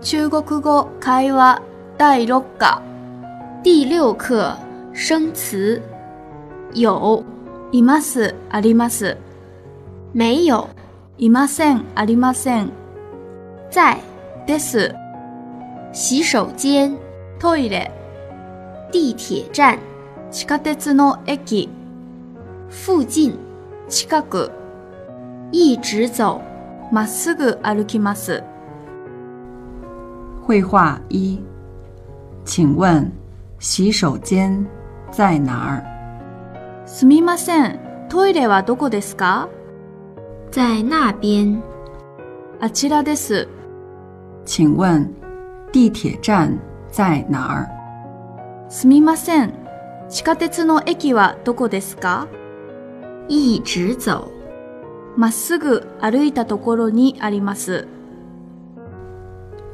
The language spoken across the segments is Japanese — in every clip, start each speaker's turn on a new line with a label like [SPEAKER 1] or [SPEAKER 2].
[SPEAKER 1] 中国語会話第六課
[SPEAKER 2] 第六课生词
[SPEAKER 1] 有いますあります
[SPEAKER 2] 没有
[SPEAKER 1] いませんありません
[SPEAKER 2] 在
[SPEAKER 1] です
[SPEAKER 2] 洗手间
[SPEAKER 1] トイレ
[SPEAKER 2] 地铁站
[SPEAKER 1] 地下鉄の駅
[SPEAKER 2] 附近
[SPEAKER 1] 近く
[SPEAKER 2] 一直走
[SPEAKER 1] まっすぐ歩きます
[SPEAKER 3] 绘画一，请问洗手间在哪儿？
[SPEAKER 1] すみませんトイレはどこですか
[SPEAKER 2] 在那边
[SPEAKER 1] あちらです
[SPEAKER 3] 请问地铁站在哪儿？
[SPEAKER 1] すみません地下鉄の駅はどこですか
[SPEAKER 2] 一直走
[SPEAKER 1] まっすぐ歩いたところにあります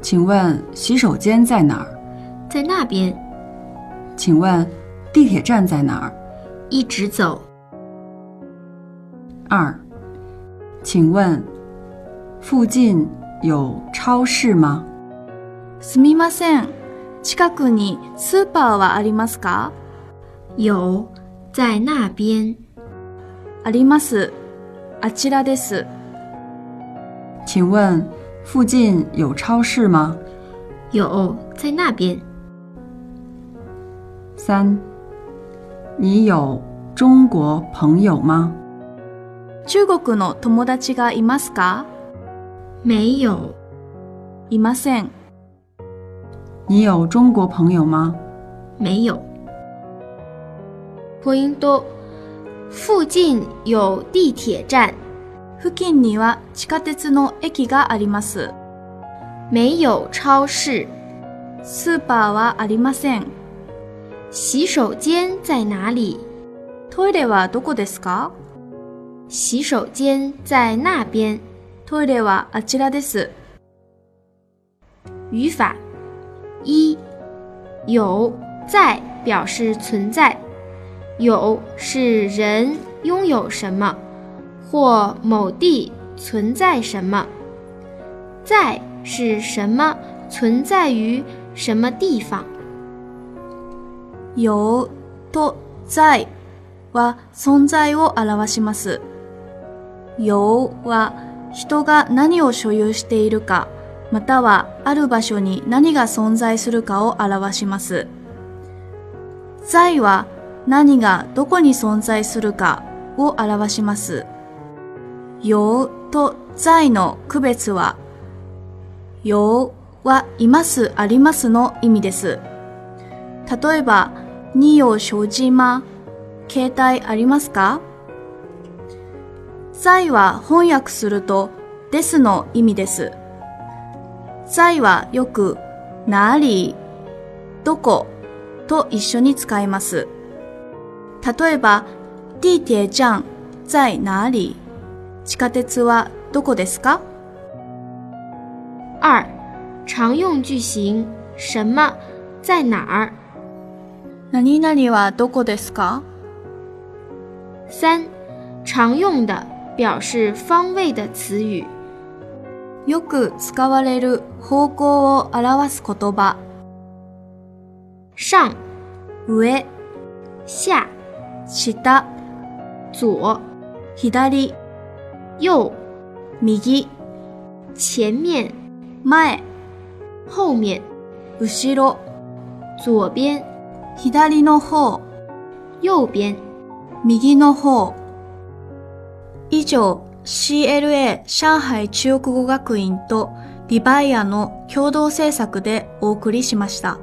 [SPEAKER 3] 请问洗手间在哪儿？
[SPEAKER 2] 在那边
[SPEAKER 3] 请问地铁站在哪儿？
[SPEAKER 2] 一直走
[SPEAKER 3] 二，请问附近有超市吗？
[SPEAKER 1] すみません近くにスーパーはありますか
[SPEAKER 2] 有在那边
[SPEAKER 1] ありますあちらです
[SPEAKER 3] 请问附近有超市吗？
[SPEAKER 2] 有在那边
[SPEAKER 3] 三，你有中国朋友吗？
[SPEAKER 1] 中国の友達がいますか
[SPEAKER 2] 没有
[SPEAKER 1] いません
[SPEAKER 3] 你有中国朋友吗？
[SPEAKER 2] 没有ポイント附近有地铁站
[SPEAKER 1] 付近には地下鉄の駅があります
[SPEAKER 2] 没有超市
[SPEAKER 1] スーパーはありません
[SPEAKER 2] 洗手间在哪里
[SPEAKER 1] トイレはどこですか
[SPEAKER 2] 洗手间在那边
[SPEAKER 1] トイレはあちらです
[SPEAKER 2] 语法：一，有在表示存在，有是人拥有什么或某地存在什么，在是什么存在于什么地方。
[SPEAKER 1] 有と在は存在を表します。有は人が何を所有しているか、またはある場所に何が存在するかを表します。在は何がどこに存在するかを表します。有と在の区別は、有はいます、ありますの意味です。例えば、によ所持ま、携帯ありますか在は翻訳すると、ですの意味です。在はよく、なり、どこ、と一緒に使います。例えば、地铁站在哪里地下鉄はどこですか
[SPEAKER 2] 二，常用句型：什么在哪儿？
[SPEAKER 1] 何々はどこですか
[SPEAKER 2] 三，常用的表示方位的词语。
[SPEAKER 1] よく使われる方向を表す言葉、
[SPEAKER 2] 上、
[SPEAKER 1] 上、
[SPEAKER 2] 下、
[SPEAKER 1] 下、
[SPEAKER 2] 左、
[SPEAKER 1] 左、
[SPEAKER 2] 右、
[SPEAKER 1] 右、
[SPEAKER 2] 前面、
[SPEAKER 1] 前、
[SPEAKER 2] 后面、
[SPEAKER 1] 後ろ、
[SPEAKER 2] 左边、
[SPEAKER 1] 左の方、
[SPEAKER 2] 右边。
[SPEAKER 1] 右の方。以上、CLA 上海中国語学院とリバイアの共同制作でお送りしました。